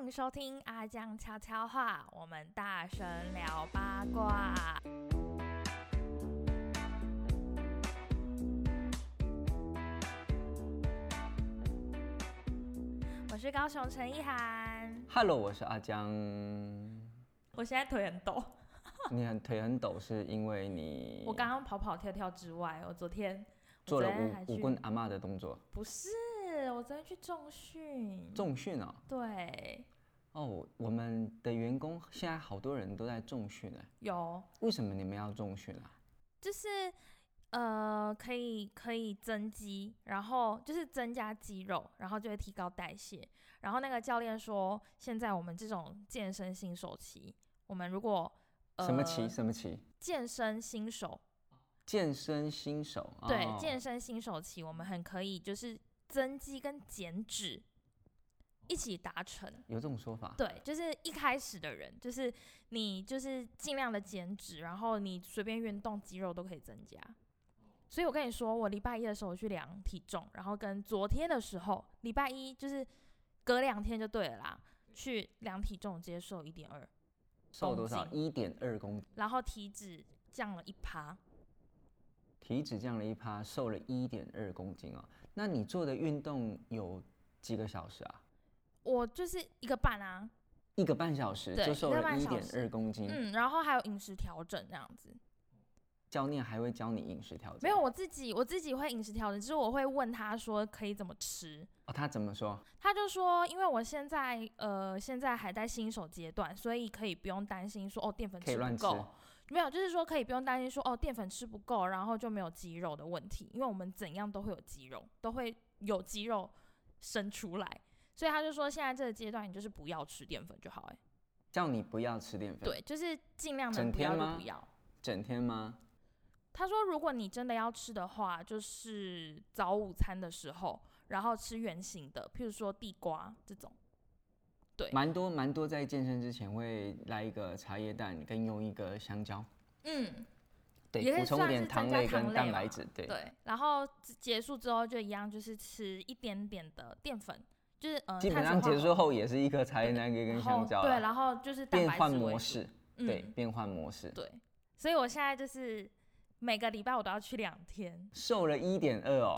迎收听阿江悄悄话，我们大声聊八卦。我是高雄陈意涵， Hello，我是阿江。我现在腿很抖。你很腿很抖，是因为你我刚刚跑跑跳跳之外，我昨天做了我昨天还舞去舞棍阿嬷的动作，不是，我昨天去重训。重训啊！对，哦，我们的员工现在好多人都在重训哎，有为什么你们要重训啊？就是呃，可以可以增肌，然后就是增加肌肉，然后就会提高代谢。然后那个教练说，现在我们这种健身新手期，我们如果呃什么旗？什么旗？健身新手，健身新手。对、哦健身新手期，我们很可以就是增肌跟减脂一起达成。有这种说法。对，就是一开始的人，就是你就是尽量的减脂，然后你随便运动，肌肉都可以增加。所以我跟你说，我礼拜一的时候去量体重，然后跟昨天的时候，礼拜一就是隔两天就对了啦，去量体重，接受一点二，瘦多少？公一点二公斤，然后体脂降了一趴。体脂降了一趴，瘦了一点二公斤哦。那你做的运动有几个小时啊？我就是一个半啊，一个半小时对就瘦一个了半一小点时二公斤。嗯，然后还有饮食调整这样子。教练还会教你饮食调整。没有，我自己，我自己会饮食调整，就是我会问他说可以怎么吃，哦，他怎么说？他就说，因为我现在呃现在还在新手阶段，所以可以不用担心说哦淀粉可以吃乱不吃。够，没有，就是说可以不用担心说哦淀粉吃不够，然后就没有肌肉的问题，因为我们怎样都会有肌肉，都会有肌肉生出来，所以他就说现在这个阶段你就是不要吃淀粉就好、哎，叫你不要吃淀粉，，对，就是尽量能整不要天就吗不要。整天吗？他说，如果你真的要吃的话，就是早午餐的时候，然后吃圆形的，譬如说地瓜这种。对蛮多蛮多，在健身之前会来一个茶叶蛋，跟用一个香蕉，嗯，对也，可以补充一点算糖是增加类糖跟类蛋嘛白质，对，啊对，然后之结束之后就一样，就是吃一点点的淀粉，就是呃，基本碳上水结化束后也是一个茶叶对蛋跟合一根物香然蕉后对，啦，然后就是蛋变白换质为模主，式，嗯对，变换模式，对，所以我现在就是每个礼拜我都要去两天，瘦了一点二哦，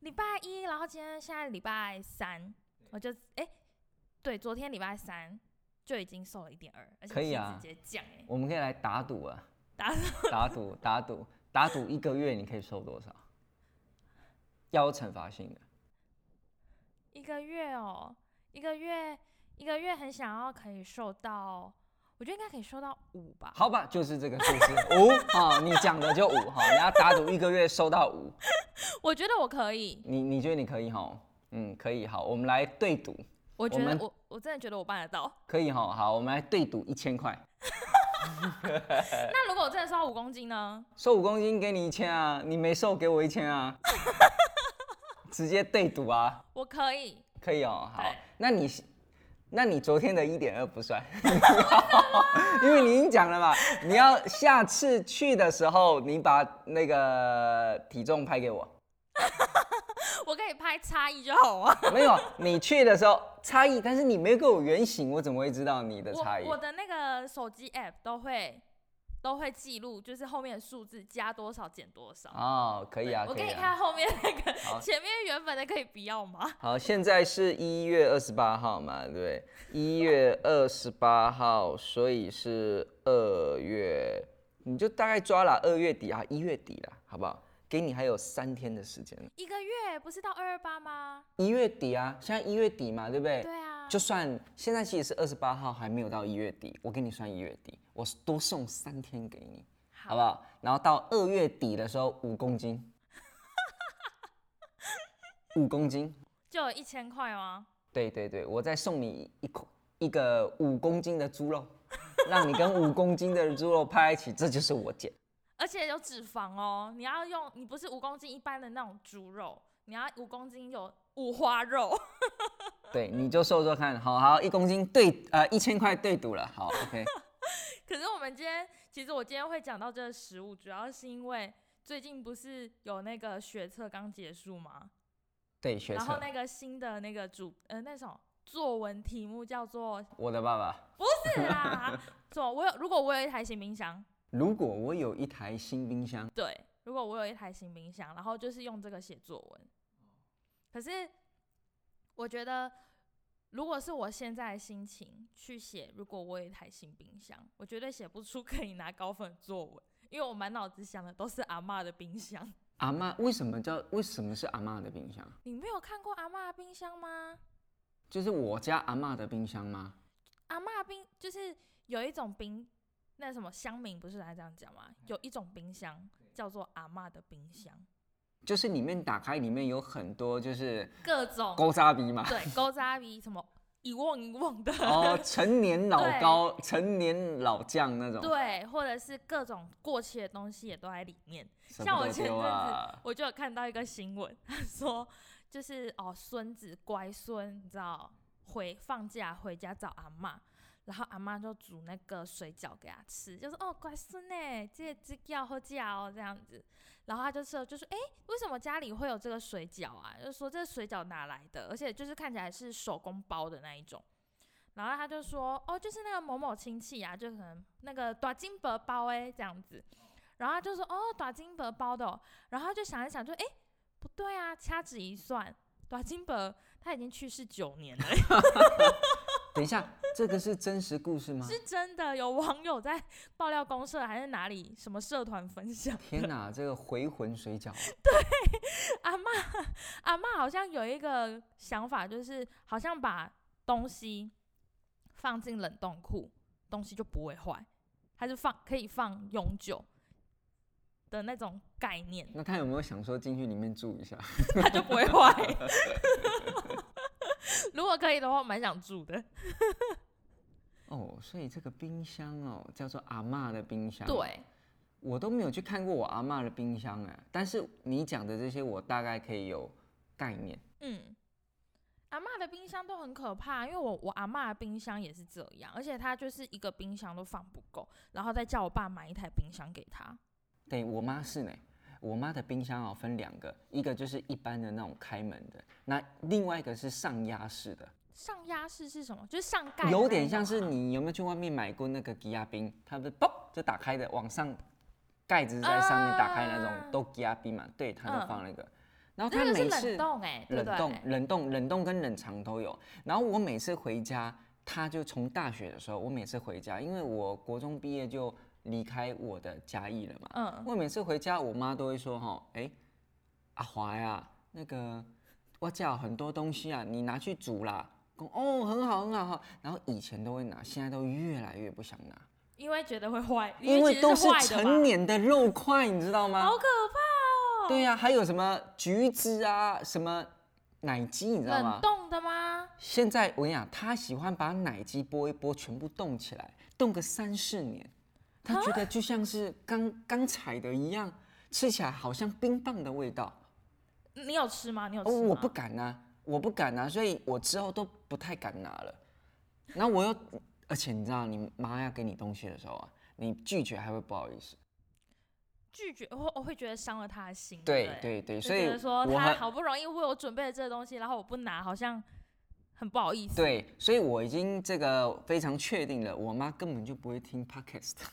礼拜一，然后今天现在礼拜三，我就哎，对，昨天礼拜三就已经瘦了一点二，而且可以体脂啊直接降哎，我们可以来打赌啊， 打打赌打赌打赌一个月你可以瘦多 少？要有惩罚性的，一个月哦，一个月一个月很想要可以瘦到，我觉得应该可以瘦到五吧。好吧，就是这个数字五啊、你讲的就五哈，你要打赌一个月瘦到五，我觉得我可以，你你觉得你可以哈？嗯，可以好，我们来对赌，我觉得们我我真的觉得我办得到。可以哈，好，我们来对赌一千块，呃那如果我真的瘦到五公斤呢？瘦五公斤给你一千啊，你没瘦给我一千啊，直接对赌啊，我可以，可以哦，好对，那你那你昨天的一点二不算， 因为你已经讲了嘛，你要下次去的时候，你把那个体重拍给我，我可以拍差异就好啊。 没有，你去的时候差异，但是你没有给我原型，我怎么会知道你的差异我？我的那个手机 app 都会都会记录，就是后面的数字加多少减多少。哦，可以啊，我可给以你啊。看后面那个，好前面原本的可以不要吗？好，现在是一月二十八号嘛，对不对？一月二十八号，所以是二月，你就大概抓了二月底啊，一月底啦，好不好？给你还有三天的时间，一个月不是到二二八吗？一月底啊，现在一月底嘛，对不对？对啊，就算现在其实是二十八号，还没有到一月底，我给你算一月底，我多送三天给你，好不好？然后到二月底的时候，五公斤，五公斤，就有一千块吗？对对对，我再送你一口一个五公斤的猪肉，让你跟五公斤的猪肉拍在一起，这就是我减。而且有脂肪哦，你要用，你不是五公斤一般的那种猪肉，你要五公斤有五花肉。对，你就瘦瘦看，好好一公斤对，呃，一千块对赌了，好，OK， 可是我们今天，其实我今天会讲到这个食物，主要是因为最近不是有那个学测刚结束吗？对，学然后测那个新的那个主呃那种作文题目叫做我的爸爸。不是 啦，做我有如果我有一台新冰箱，如果我有一台新冰箱，对，如果我有一台新冰箱，然后就是用这个写作文。可是我觉得，如果是我现在的心情去写，如果我有一台新冰箱，我绝对写不出可以拿高分的作文，因为我满脑子想的都是阿嬷的冰箱。 阿妈为什么叫为什么是阿妈的冰箱？你没有看过阿嬷的冰箱吗？就是我家阿妈的冰箱吗？阿嬷冰就是有一种冰，那什么乡民不是来这样讲吗？有一种冰箱叫做阿嬷的冰箱，就是里面打开，里面有很多就是各种勾扎比 嘛，对勾扎比什么一瓮一瓮的，哦，成年老高、成年老将那 种，对，或者是各种过期的东西也都在里面。舍像不我得前丢阵子啊，我就有看到一个新闻， 他说就是哦，孙子乖孙，你知道回放假回家找阿妈，然后阿妈就煮那个水饺给他吃，就说哦乖孙呢，这这要喝假哦这样子，然后他就说就说哎，为什么家里会有这个水饺啊？就说这水饺哪来的？而且就是看起来是手工包的那一种。然后他就说，哦，就是那个某某亲戚啊，就可能那个短金箔包哎这样子，然后他就说，哦，短金箔包的、哦，然后他就想一想就，诶哎，不对啊，掐指一算，短金箔他已经去世九年了， 等一下，这个是真实故事吗？是真的。有网友在爆料公社还是哪里什么社团分享， 天哪，这个回魂水饺啊，阿嬷阿嬷好像有一个想法，就是好像把东西放进冷冻库，东西就不会坏，它就放可以放永久的那种概念，那他有没有想说进去里面住一下？它就不会坏。 如果可以的话，我蛮想住的。哦，所以这个冰箱哦，叫做阿妈的冰箱。，对，我都没有去看过我阿妈的冰箱哎，但是你讲的这些，我大概可以有概念。嗯，阿嬷的冰箱都很可怕，因为我我阿嬷的冰箱也是这样，而且她就是一个冰箱都放不够，然后再叫我爸买一台冰箱给她。对我妈是呢，我妈的冰箱哦分两个，一个就是一般的那种开门的，那另外一个是上压式的，上压式是什么？就是上盖的那一种啊，有点像是你有没有去外面买过那个吉亚冰，它不是嘣就打开的，往上盖子在上面打开啊那种都吉亚冰嘛，对，它嗯就放那个，然后它那个是每次冷冻哎、对冷不对？冻、冷冻、冷冻跟冷藏都有。然后我每次回家，他就从大学的时候，我每次回家，因为我国中毕业就离开我的家义了嘛。嗯，我每次回家，我妈都会说：“哈，哎，阿华呀，那个我家有很多东西啊，你拿去煮啦。”讲哦，很好，很好，很好。然后以前都会拿，现在都越来越不想拿，因为觉得会坏，因为其实都是坏的成年啊的肉块，你知道吗？嘛，好可怕哦。对呀、还有什么橘子啊，什么奶鸡，你知道吗冷？冻的吗？现在我跟你讲，他喜欢把奶鸡剥一剥，全部冻起来，冻个三四年，他啊觉得就像是刚刚采的一样，吃起来好像冰棒的味道。你有吃吗？你有吃哦，吗？我不敢拿、我不敢拿、所以我之后都不太敢拿了。然后我又，而且你知道，你妈要给你东西的时候啊，你拒绝还会不好意思。拒绝，我我会觉得伤了他的心。对不对，对对，就所以觉得说我他很好不容易为我准备了这个东西，然后我不拿，好像很不好意思。对，所以我已经这个非常确定了，我妈根本就不会听 podcast。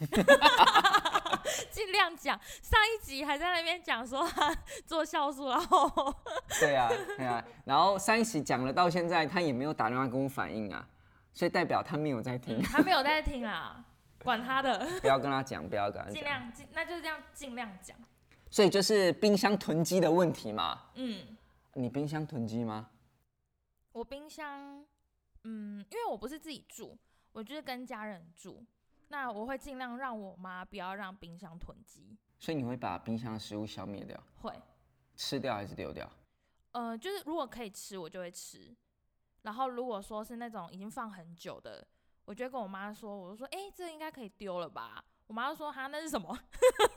尽量讲。上一集还在那边讲说 他做酵素，然后对啊，对啊。然后上一期讲了到现在，他也没有打电话跟我反映啊，所以代表他没有在听 嗯。他没有在听啊，管他的，不要跟他讲，不要跟他尽讲。量尽，那就这样尽量讲。所以就是冰箱囤积的问题嘛。嗯。你冰箱囤积吗？我冰箱，嗯，因为我不是自己住，我就是跟家人住，那我会尽量让我妈不要让冰箱囤积，所以你会把冰箱的食物消灭掉，会，吃掉还是丢掉？呃，就是如果可以吃，我就会吃，然后如果说是那种已经放很久的，我就会跟我妈说，我就说，哎、这应该可以丢了吧。我妈就说：“哈，那是什么？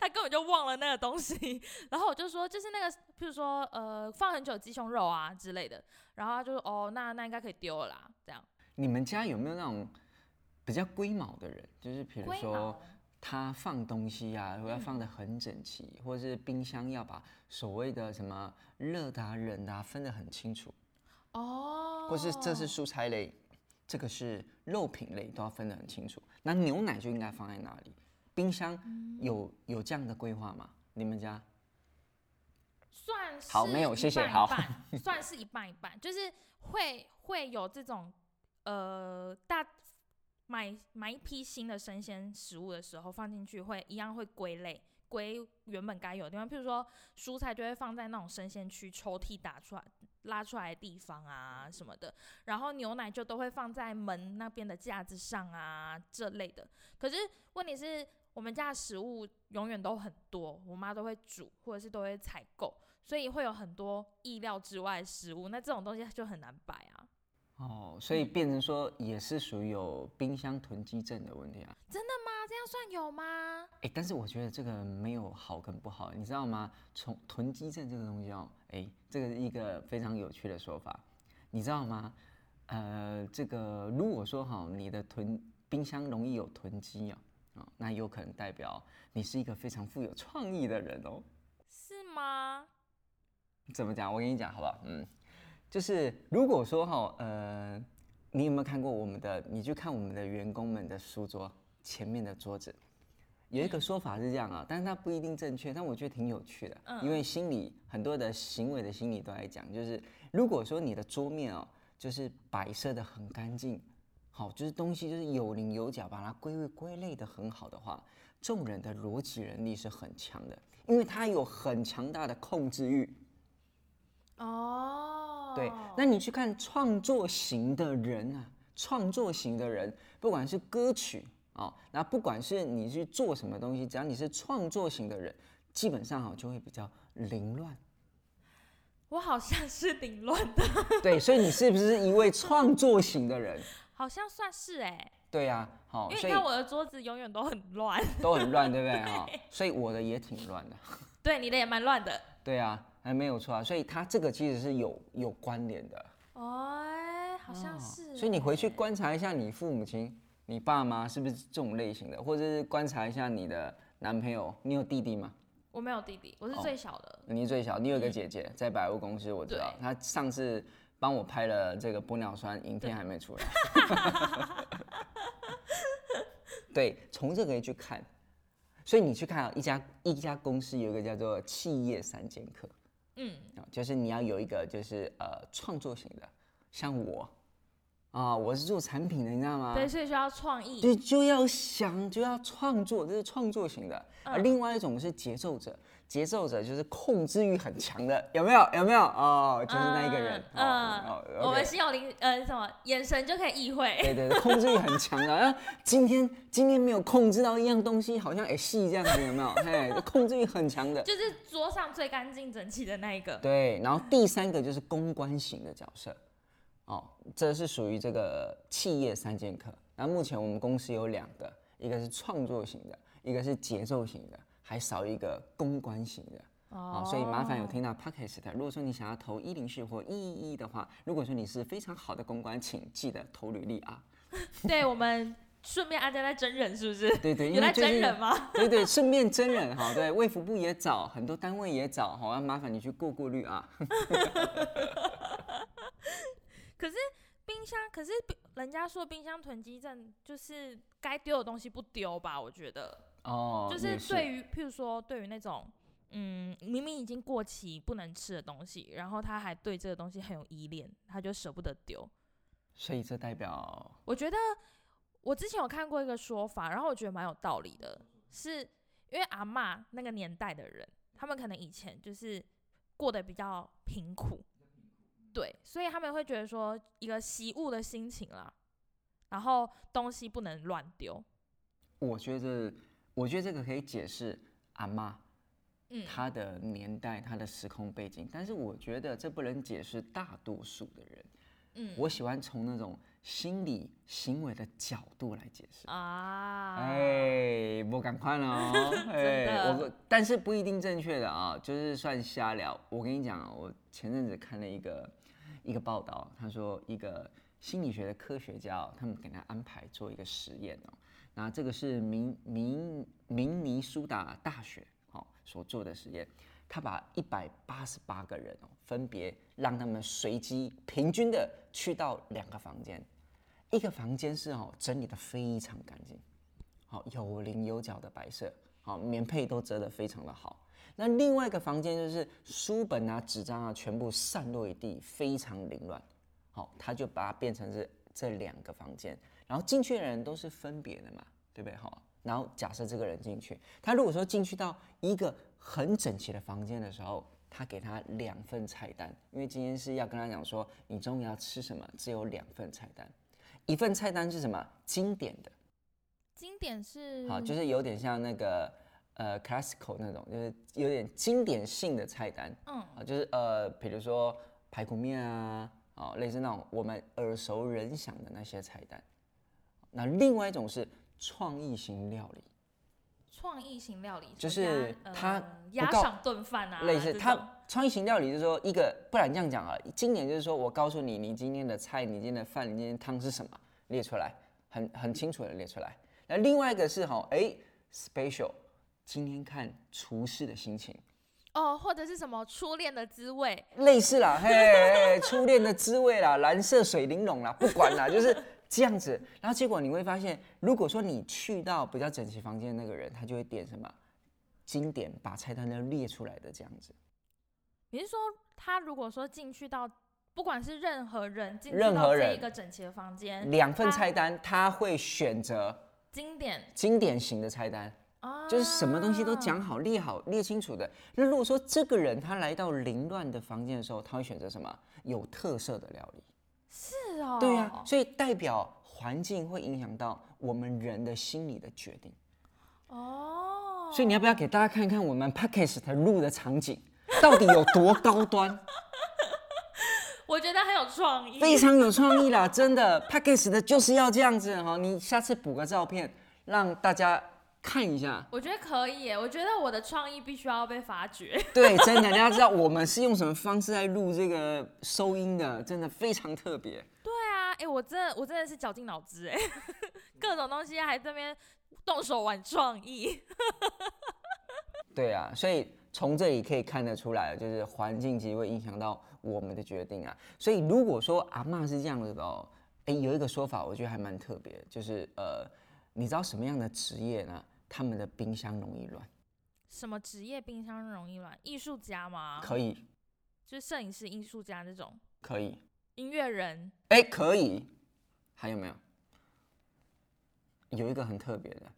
她根本就忘了那个东西。”然后我就说：“就是那个，譬如说，呃，放很久的鸡胸肉啊之类的。”然后她就说：“哦，那那应该可以丢了啦。”这样。你们家有没有那种比较龟毛的人？就是比如龟说毛。嗯他放东西啊，要放的很整齐，或者是冰箱要把所谓的什么热的啊、冷的啊分得很清楚。哦，或是这是蔬菜类，这个是肉品类，都要分得很清楚。那牛奶就应该放在哪里？冰箱嗯有有这样的规划吗？你们家？算是好没有一谢谢半一好半 算是一半一半，就是会会有这种呃大买买一批新的生鲜食物的时候放进去会一样会归类。归原本该有的地方，譬如说蔬菜就会放在那种生鲜区抽屉打出来、拉出来的地方啊什么的，然后牛奶就都会放在门那边的架子上啊这类的。可是问题是我们家的食物永远都很多，我妈都会煮或者是都会采购，所以会有很多意料之外的食物。那这种东西就很难摆啊，哦，所嗯以变成说也是属于有冰箱囤积症的问题啊。真的吗？这样算有吗？哎、但是我觉得这个没有好跟不好，你知道吗？从囤积症这个东西哦，哎、这个是一个非常有趣的说法，你知道吗？呃，这个如果说哈，你的囤冰箱容易有囤积啊、哦，那有可能代表你是一个非常富有创意的人哦。是吗？怎么讲？我跟你讲好不好？嗯，就是如果说哈，呃，你有没有看过我们的？你去看我们的员工们的书桌前面的桌子，有一个说法是这样啊，但是它不一定正确，但我觉得挺有趣的，因为心理很多的行为的心理都在讲，就是如果说你的桌面哦，就是摆设的很干净。好，就是东西就是有棱有角，把它归位归类的很好的话，众人的逻辑能力是很强的，因为他有很强大的控制欲。哦，对，那你去看创作型的人啊，创作型的人，不管是歌曲啊、哦，那不管是你去做什么东西，只要你是创作型的人，基本上哈就会比较凌 乱。我好像是凌乱的，对，所以你是不是一位创作型的人？好像算是哎、对呀、啊，好、因为所你以看我的桌子永远都很乱，都很乱，对 不对哈、所以我的也挺乱的。对，你的也蛮乱的。对啊，还没有错啊，所以它这个其实是有有关联的。哦，哎好像是、啊所以你回去哎观察一下你父母亲、你爸妈是不是这种类型的，或者是观察一下你的男朋友，你有弟弟吗？我没有弟弟，我是哦最小的。你是最小，你有个姐姐在百货公司，我知道，嗯对她上次帮我拍了这个玻尿酸，影片还没出来。对，从这个去看，所以你去看啊，一家一家公司有一个叫做企业三剑客，嗯，啊就是你要有一个就是呃创作型的，像我啊、我是做产品的，你知道吗？对，所以需要创意。对，就要想，就要创作，这是创作型的。嗯而另外一种是节奏者，节奏者就是控制欲很强的，有没有？有没有？哦，就是那一个人。嗯，哦嗯哦我 OK 们心有灵，呃，什么眼神就可以意会。对对对，控制欲很强的。然后今天今天没有控制到一样东西，好像哎戏这样子，有没有？嘿，控制欲很强的。 就是桌上最干净整齐的那一个，对，然后第三个就是公关型的角色，哦，这是属于这个企业三剑客。那目前我们公司有两个，一个是创作型的，一个是节奏型的，还少一个公关型的。哦，所以麻烦有听到 Podcast 的，如果说你想要投一零四或一一一的话，如果说你是非常好的公关，请记得投履历啊。 对我们顺便阿佳在真人是不是？对对，因有在为最真近人吗？ 对对，顺便真人哈，对，卫福部也找，很多单位也找，好，要麻烦你去过过滤啊。可是冰箱，可是冰人家说冰箱囤积症就是该丢的东西不丢吧？我觉得，哦，就也是对于譬如说对于那种。嗯，明明已经过期不能吃的东西，然后他还对这个东西很有依恋，他就舍不得丢。所以这代表我觉得我之前有看过一个说法，然后我觉得蛮有道理的，是因为阿嬷那个年代的人，他们可能以前就是过得比较贫苦，对，所以他们会觉得说一个习物的心情啦，然后东西不能乱丢，我觉得，我觉得这个可以解释阿妈嗯，她的年代、她的时空背景，但是我觉得这不能解释大多数的人。嗯我喜欢从那种心理行为的角度来解释。啊，哎，我赶快了哦！哎，的我但是不一定正确的啊，就是算瞎聊。我跟你讲啊，我前阵子看了一个一个报道，他说一个心理学的科学家、哦，他们给他安排做一个实验哦。那这个是明明明尼苏达大学哦所做的实验，他把一百八十八个人哦，分别让他们随机平均的去到两个房间，一个房间是哦整理的非常干净，好、有棱有角的白色，好、棉被都折得非常的好。那另外一个房间就是书本啊、纸张啊全部散落一地，非常凌乱。好、他就把它变成是这两个房间，然后进去的人都是分别的嘛，对不对？好、然后假设这个人进去，他如果说进去到一个很整齐的房间的时候，他给他两份菜单，因为今天是要跟他讲说你中午要吃什么，只有两份菜单，一份菜单是什么经典的，经典是好，就是有点像那个呃 classical 那种，就是有点经典性的菜单嗯啊，就是呃，比如说排骨面啊，啊，类似那种我们耳熟能详的那些菜单。那另外一种是创意型料理，创意型料理，就什么是鸭它呃不鸭告赏炖饭啊，类似这它种创意型料理，就是说一个，不然这样讲啊，今年就是说我告诉你，你今天的菜、你今天的饭、你今天的汤是什么，列出来，很很清楚的列出来。那另外一个是哈，哎，special，今天看厨师的心情，哦，或者是什么初恋的滋味，类似啦，嘿，嘿初恋的滋味啦， 蓝色水玲珑啦，不管啦，就是这样子。然后结果你会发现，如果说你去到比较整齐房间的那个人，他就会点什么经典，把菜单都列出来的这样子。你是说他如果说进去到，不管是任何人进去任到何这一人个整齐的房间，两份他菜单，他会选择经典经典型的菜单，啊，就是什么东西都讲好、列好、列清楚的。那如果说这个人他来到凌乱的房间的时候，他会选择什么有特色的料理？是哦，对啊，所以代表环境会影响到我们人的心理的决定。哦，所以你要不要给大家看看我们 podcast 录的场景到底有多高端？我觉得很有创意，非常有创意啦，真的 p a c k a g e 的就是要这样子哈、你下次补个照片让大家看一下。我觉得可以耶，我觉得我的创意必须要被发掘， 对，真的，大家知道我们是用什么方式在录这个收音的，真的非常特别。对啊，哎，我真的我真的是绞尽脑汁哎， 各种东西还这边动手玩创意， 对啊，所以从这里可以看得出来，就是环境其实会影响到我们的决定啊。所以如果说阿嬷是这样子的哦，哎，有一个说法，我觉得还蛮特别，就是呃，你知道什么样的职业呢？他们的冰箱容易乱，什么职业冰箱容易乱，艺术家吗？可以，就是摄影师、艺术家这种，可以，音乐人哎，可以，还有没有？有一个很特别的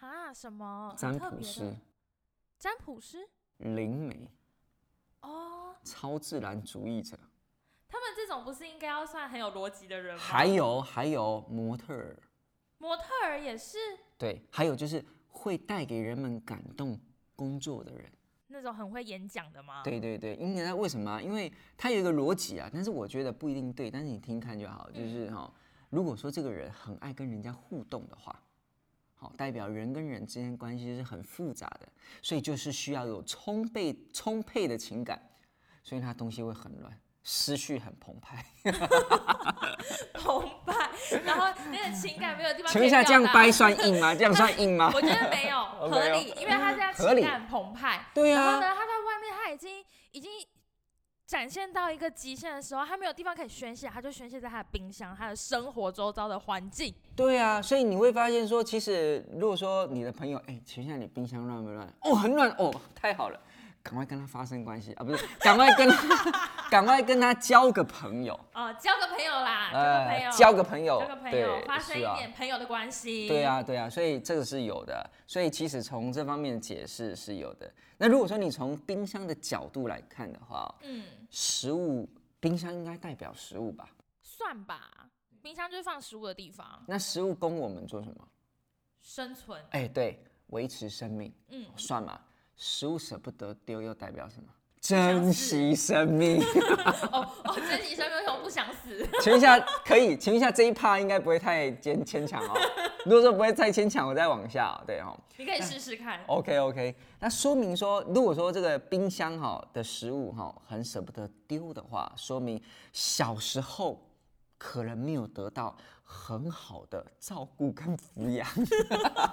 啊，什么占很特卜别的师占卜师灵媒，哦，超自然主义者。他们这种不是应该要算很有逻辑的人吗？还有还有模特儿，模特儿也是对，还有就是会带给人们感动工作的人，那种很会演讲的 吗？，对对对，因为他为什么啊、因为他有一个逻辑啊，但是我觉得不一定对，但是你听看就好，就是哈、如果说这个人很爱跟人家互动的话。好，代表人跟人之间关系是很复杂的，所以就是需要有充沛充沛的情感，所以他东西会很乱，思绪很澎湃。澎湃，然后那个情感没有地方。请问一下，这样掰？算硬吗？这样算硬吗？ 我觉得没 有哦合没有理，因为他这样合情理感澎湃。对啊呀、然后呢，他在外面他已经已经展现到一个极限的时候，他没有地方可以宣泄，他就宣泄在他的冰箱、他的生活周遭的环境。对啊，所以你会发现说，其实如果说你的朋友，哎、请问一下你冰箱乱不乱？哦，很乱哦，太好了，赶快跟他发生关系啊，不是，赶快跟他， 赶快跟他交个朋友，哦，交个朋友啦，啊交个朋友，哎交个朋友，交个朋对友，发生是一啊点朋友的关系。对啊，对啊，所以这个是有的。所以其实从这方面的解释是有的。那如果说你从冰箱的角度来看的话，嗯，食物冰箱应该代表食物吧？算吧，冰箱就是放食物的地方，那食物供我们做什么？生存。哎、对，维持生命。嗯，算嘛，食物舍不得丢又代表什么？想珍惜生命。 哦哦，珍惜生命，为什么不想死？请问一下，可以？请问一下，这一趴应该不会太牵牵强哦。如果说不会太牵强，我再往下哦、对哦。你可以试试看。 OK OK，那说明说，如果说这个冰箱哈、的食物哈、很舍不得丢的话，说明小时候可能没有得到很好的照顾跟抚养。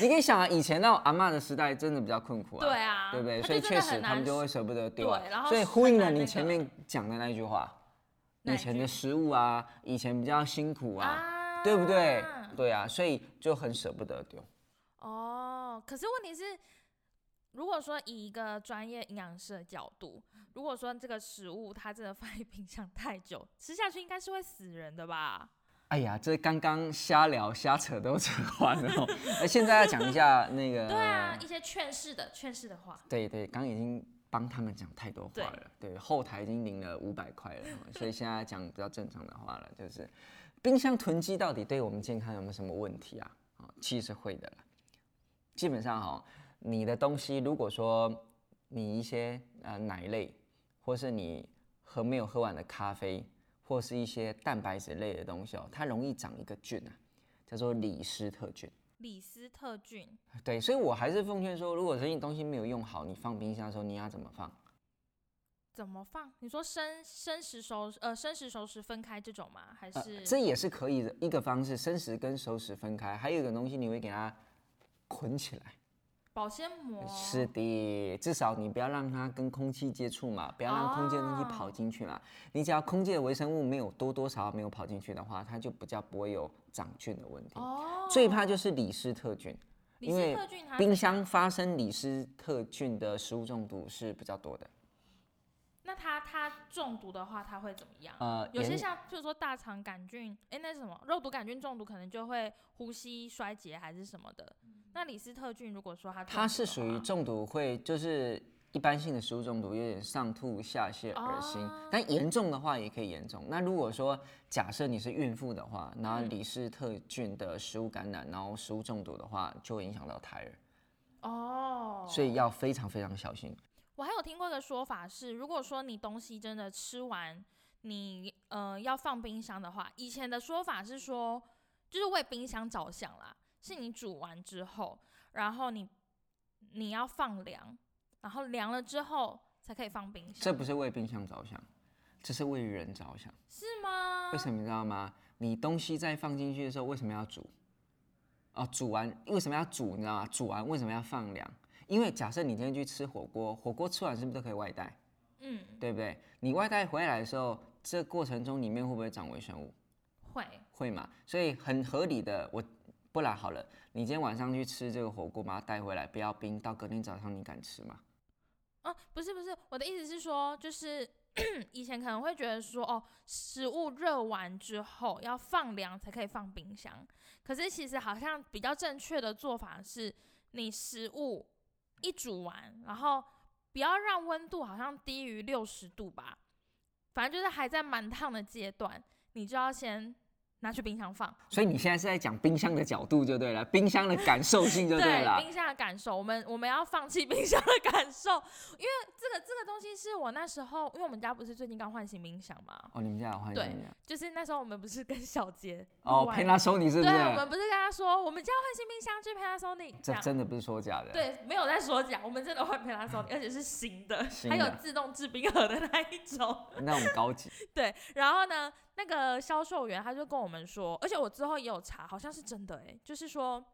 你可以想啊，以前那种阿嬷的时代真的比较困苦啊， 对啊对不对？她就所以真确的实很他们难就会舍不得丢啊。对然后所以是呼很应了难那你个前面讲的那一句话，哪以一前句的食物啊，以前比较辛苦啊，对不对？对啊，所以就很舍不得丢。哦，可是问题是，如果说以一个专业营养师的角度，如果说这个食物它真的放在冰箱太久，吃下去应该是会死人的吧？哎呀，这刚刚瞎聊瞎扯都扯完了哦、那现在要讲一下那个，对啊，一些劝世的劝世的话，对对，刚刚已经帮他们讲太多话了，对，后台已经领了五百块了哦，所以现在讲比较正常的话了，就是冰箱囤积到底对我们健康有没有什么问题啊？啊、其实是会的啦。基本上哈、你的东西如果说你一些呃奶类，或是你喝没有喝完的咖啡，或是一些蛋白质类的东西哦，它容易长一个菌啊，叫做李斯特菌。李斯特菌对，所以我还是奉劝说，如果这些东西没有用好，你放冰箱的时候，你要怎么放？怎么放？你说生生食熟呃生食熟食分开这种吗？还呃是、这也是可以的一个方式，生食跟熟食分开。还有一个东西，你会给它捆起来。保鲜膜？呃是的，至少你不要让它跟空气接触嘛，不要让空气的东西哦跑进去嘛。你只要空气的微生物没有多多少少没有跑进去的话，它就比较不会有长菌的问题。哦，最怕就是李斯特菌，李因斯为特菌它冰怎箱样，发生李斯特菌的食物中毒是比较多的。那它它中毒的话，它会怎么样？呃，有些严像，譬如说大肠杆菌，哎、那是什么肉毒杆菌中毒，可能就会呼吸衰竭还是什么的。那李斯特菌如果说它中它毒是的属于话中毒会就是一般性的食物中毒，有点上吐下泻、恶心。哦但严重的话也可以严重。那如果说假设你是孕妇的话，然后嗯李氏特菌的食物感染，然后食物中毒的话，就会影响到胎儿，哦，所以要非常非常小心。我还有听过一个说法是，如果说你东西真的吃完，你呃要放冰箱的话，以前的说法是说，就是为冰箱着想啦，是你煮完之后，然后你你要放凉，然后凉了之后才可以放冰箱，这不是为冰箱着想，这是为人着想。是吗？为什么你知道吗？你东西在放进去的时候，为什么要煮？啊，煮完为什么要煮？你知道吗？煮完为什么要放凉？因为假设你今天去吃火锅，火锅吃完是不是都可以外带？嗯，对不对？你外带回来的时候，这过程中里面会不会长微生物？会，会嘛？所以很合理的，我不然好了，你今天晚上去吃这个火锅，把它带回来，不要冰，到隔天早上你敢吃吗？啊，不是不是，我的意思是说，就是以前可能会觉得说，哦，食物热完之后要放凉才可以放冰箱，可是其实好像比较正确的做法是，你食物一煮完，然后不要让温度好像低于六十度吧，反正就是还在蛮烫的阶段，你就要先拿去冰箱放。所以你现在是在讲冰箱的角度就对了，冰箱的感受性就对了。冰箱的感受，我们我们要放弃冰箱的感受，因为这个这个东西是我那时候，因为我们家不是最近刚换新冰箱嘛，哦，你们家有换对新的？就是那时候我们不是跟小杰哦录完，Panasonic 是不对，是？我们不是跟他说我们家要换新冰箱，去 Panasonic 这这样。真的不是说假的。，对，没有在说假，我们真的换 Panasonic，而且 是新的，新还有的自动制冰盒的那一种。那种高级。 对，然后呢，那个销售员他就跟我们说，而且我之后也有查，好像是真的诶、欸就是说，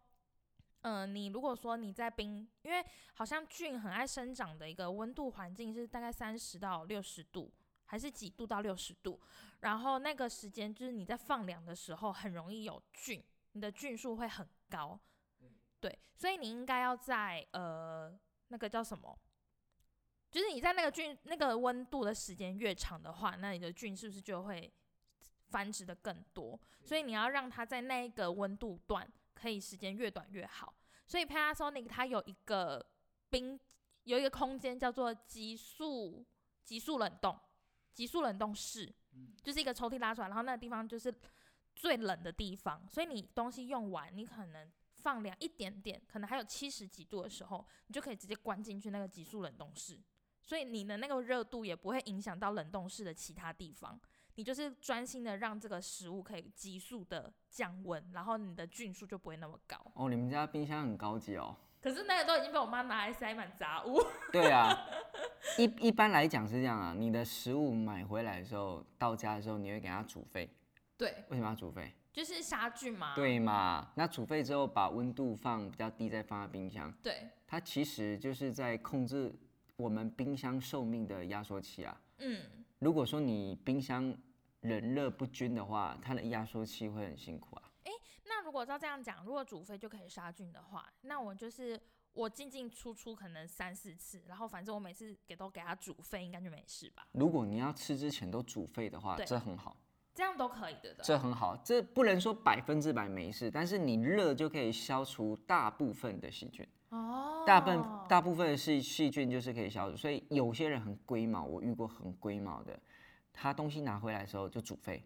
嗯、你如果说你在冰，因为好像菌很爱生长的一个温度环境是大概三十到六十度，还是几度到六十度，然后那个时间就是你在放凉的时候，很容易有菌，你的菌数会很高，对，所以你应该要在呃那个叫什么？就是你在那个菌那个温度的时间越长的话，那你的菌是不是就会繁殖的更多？所以你要让它在那一个温度段可以时间越短越好。所以 Panasonic 它有一个冰有一个空间叫做急速急速冷冻急速冷冻室，就是一个抽屉拉出来，然后那个地方就是最冷的地方。所以你东西用完，你可能放凉一点点，可能还有七十几度的时候，你就可以直接关进去那个急速冷冻室。所以你的那个热度也不会影响到冷冻室的其他地方。你就是专心的让这个食物可以急速的降温，然后你的菌数就不会那么高。哦，你们家冰箱很高级哦。可是那个都已经被我妈拿来塞满杂物，对啊，一一般来讲是这样啊，你的食物买回来的时候，到家的时候你会给它煮沸，对，为什么要煮沸？就是杀菌嘛。对嘛？那煮沸之后把温度放比较低，再放在冰箱，对，它其实就是在控制我们冰箱寿命的压缩器啊。嗯，如果说你冰箱冷热不均的话，它的压缩器会很辛苦啊。那如果照这样讲，如果煮沸就可以杀菌的话，那我就是我进进出出可能三四次，然后反正我每次给都给它煮沸，应该就没事吧？如果你要吃之前都煮沸的话，对这很好，这样都可以的，对不对这很好，这不能说百分之百没事，但是你热就可以消除大部分的细菌，哦，大部分大部分的细细菌就是可以消除，所以有些人很龟毛，我遇过很龟毛的，他东西拿回来的时候就煮沸，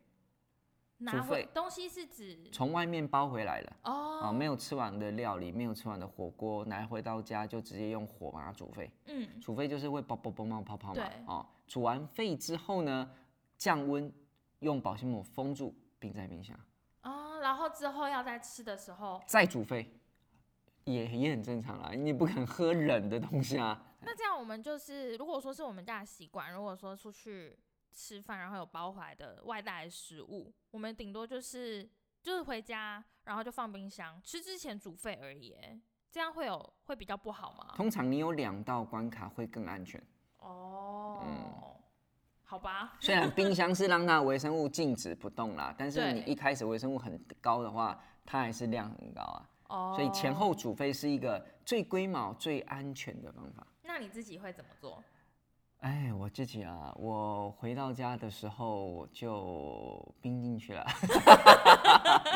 拿煮回沸东西是指从外面包回来了。啊、哦，没有吃完的料理，没有吃完的火锅，拿回到家就直接用火把它煮沸。嗯，煮沸就是会爆爆爆冒泡泡嘛对，哦，煮完沸之后呢，降温，用保鲜膜封住，冰在冰箱，哦，然后之后要在吃的时候，再煮沸，也也很正常啦，你不肯喝冷的东西啊，那这样我们就是如果说是我们家的习惯，如果说出去吃饭然后有包回来的外带的食物，我们顶多就是就是回家然后就放冰箱，吃之前煮沸而已耶，这样会有会比较不好吗？通常你有两道关卡会更安全，哦，嗯好吧，虽然冰箱是让它微生物静止不动啦，但是对你一开始微生物很高的话，它还是量很高啊，哦，所以前后煮沸是一个最龟毛、最安全的方法。那你自己会怎么做？哎，我自己啊，我回到家的时候我就冰进去了，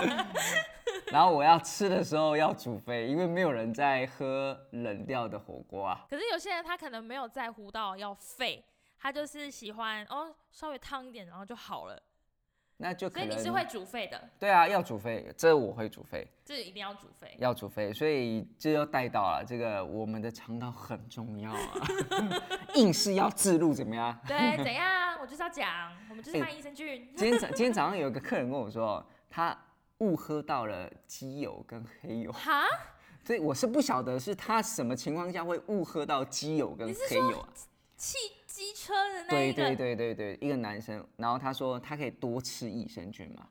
然后我要吃的时候要煮沸，因为没有人在喝冷掉的火锅啊。可是有些人他可能没有在乎到要沸，他就是喜欢哦稍微烫一点然后就好了，那就所可以你能是会煮沸的，对啊，要煮沸，这我会煮沸，这一定要煮沸。要煮沸，所以这又带到了这个我们的肠道很重要啊， 硬是要自入怎么样？ 对，怎样？我就是要讲，我们就是哎卖益生菌。今天早今天早上有一个客人跟我说，他误喝到了鸡油跟黑油。哈，所以我是不晓得是他什么情况下会误喝到鸡油跟黑油啊？汽机车的那一对个，对对对对，一个男生，然后他说他可以多吃益生菌嘛？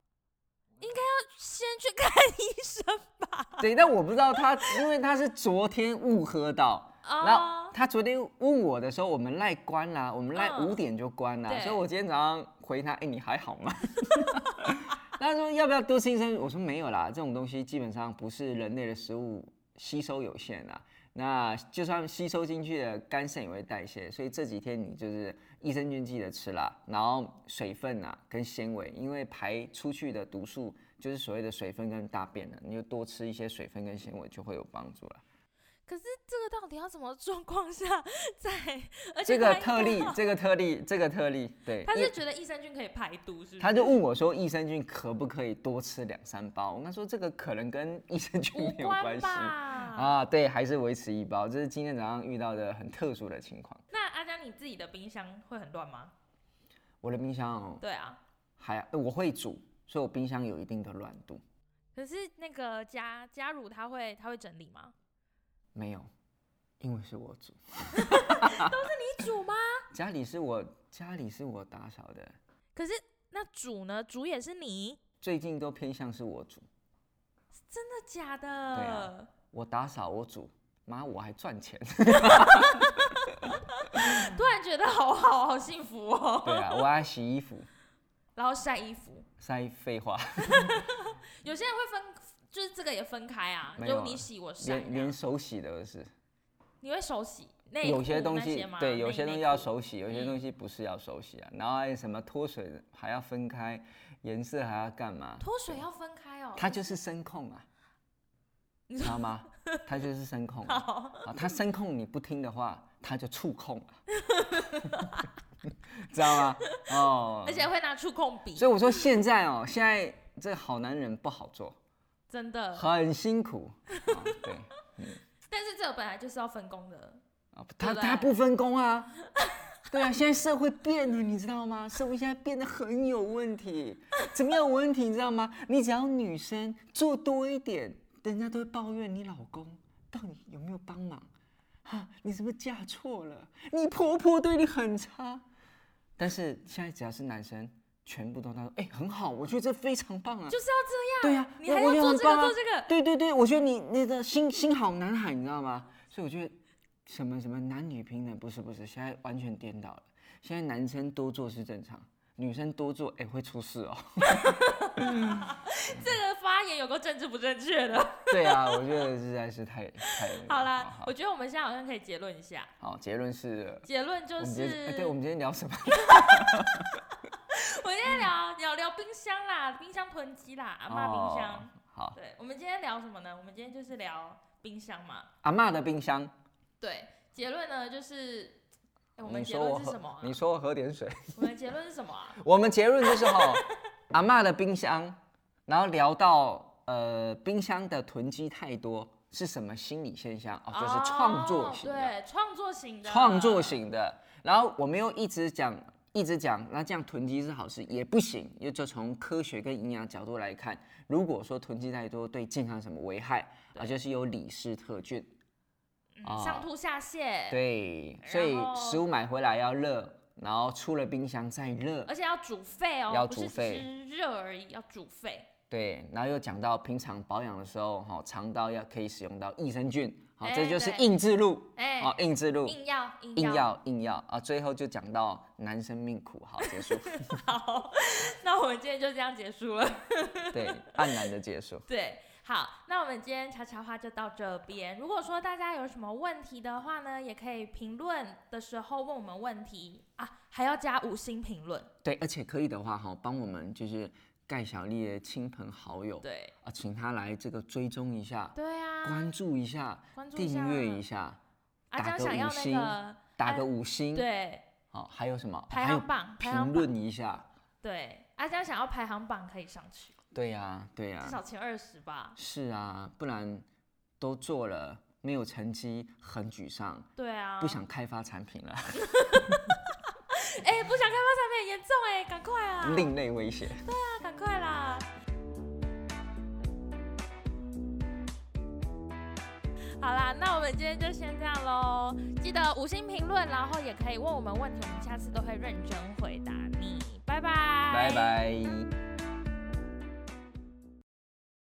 先去看医生吧。对，但我不知道他，因为他是昨天误喝到，然后哦，他昨天问我的时候，我们赖关啦，我们赖嗯五点就关啦，对所以我今天早上回他，哎、你还好吗？ 他说要不要多吃益生菌？我说没有啦，这种东西基本上不是人类的食物吸收有限啦，那就算吸收进去的，肝肾也会代谢，所以这几天你就是益生菌记得吃啦，然后水分啊跟纤维，因为排出去的毒素就是所谓的水分跟大便啊了，你就多吃一些水分跟纤维就会有帮助了。可是这个到底要什么状况下在？而且 这他个应特该例， 这个特例，这个特例，对，他因是为觉得益生菌可以排毒，是不是？他就问我说，益生菌可不可以多吃两三包？我跟他说这个可能跟益生菌无没有关关系吧？啊，对，还是维持一包，这是今天早上遇到的很特殊的情况。那阿江，你自己的冰箱会很乱吗？我的冰箱哦，对啊，还呃我会煮，所以我冰箱有一定的乱度，可是那个家家乳他会他会整理吗？没有，因为是我煮，你煮吗？家里是我家里是我打扫的，可是那煮呢？煮也是你，最近都偏向是我煮，真的假的？对啊我打扫我煮，妈我还赚钱。 突然觉得好好好幸福哦。对啊，我还洗衣服，然后晒衣服，晒废话。有些人会分，就是这个也分开啊，没有就啊你洗我晒连那样，连手洗的都是，你会手洗内裤有些东那西些吗对，有内些东西内要裤手洗，有些嗯东西不是要手洗啊。然后还有什么脱水的还要分开，颜色还要干嘛？脱水要分开哦。它就是声控啊，你知道吗？它就是声控啊，好，啊它声控你不听的话，它就触控了， 知道吗？哦 而，且会拿触控笔，所以我说现在哦，现在这个好男人不好做，真的。很辛苦。哦对。但是这本来就是要分工的，啊，不对他不他对不分工啊， 对啊，现在社会变了，你知道吗？社会现在变得很有问题，怎么样有问题？你知道吗？你只要女生做多一点，人家都会抱怨你老公到底有没有帮忙。啊，你是不是嫁错了？你婆婆对你很差。但是现在只要是男生，全部都他说，哎、很好，我觉得这非常棒啊。就是要这对样。呀、你我还我要觉做得很这个棒啊做这 个。对对对，我觉得你那个心心好男孩，你知道吗？所以我觉得什么什么男女平等，不是不是，现在完全颠倒了。现在男生多做是正常，女生多做哎、会出事 哦。这个发言有个政治不正确的。 对啊，我觉得实在是太太好啦，好我觉得我们现在好像可以结论一下，好结论是。结论就我们是今天哎，对，我们今天聊什么？ 我们今天聊聊聊冰箱啦，冰箱囤积啦，阿妈冰箱。哦。好，对，我们今天聊什么呢？我们今天就是聊冰箱嘛。阿嬷的冰箱。对，结论呢就是，哎我们你结说我论是喝什么啊？你说我喝点水。我们结论是什么啊？我们结论就是吼， 阿嬷的冰箱，然后聊到呃冰箱的囤积太多是什么心理现 象？哦，就是创作型的，哦对，创作型的，创作。型的。然后我们又一直讲，一直讲，那这样囤积是好事也不行，因为就从科学跟营养角度来看，如果说囤积太多对健康有什么危害啊，就是有李氏特菌。嗯上吐下泻，，啊对，哎然所以后食物买回来要热，然后出了冰箱再热。而且要煮沸哦，要不是煮沸只是热而已，要煮沸。对，然后又讲到平常保养的时候，哈、肠道要可以使用到益生菌，好、哎这就是对硬制路，哎，哦，硬制路，硬要硬硬要硬要啊，最后就讲到男生命苦，好，结束， 好， 那我们今天就这样结束了。对，黯然的结束。对，好，那我们今天悄悄话就到这边。如果说大家有什么问题的话呢，也可以评论的时候问我们问题啊，还要加五星评论。对，而且可以的话，哈、帮我们就是盖小丽的亲朋好友对，啊，请他来这个追踪一下，对啊，哦关注一下，关注一下啊订阅一下，阿打江个想要五那星个打哎个五星，，对好、还有什么？排还有行榜，排评行榜论一下，对，阿江想要排行榜可以上去，对呀、对呀、至少前二十吧。是啊，不然都做了没有成绩，很沮丧，对啊，不想开发产品了， 哎、不想开发产品很严重哎、赶快啊，另类威胁。那啊赶快啦！好啦，那我们今天就先这样喽。记得五星评论，然后也可以问我们问题，我们下次都会认真回答你。拜拜，拜拜。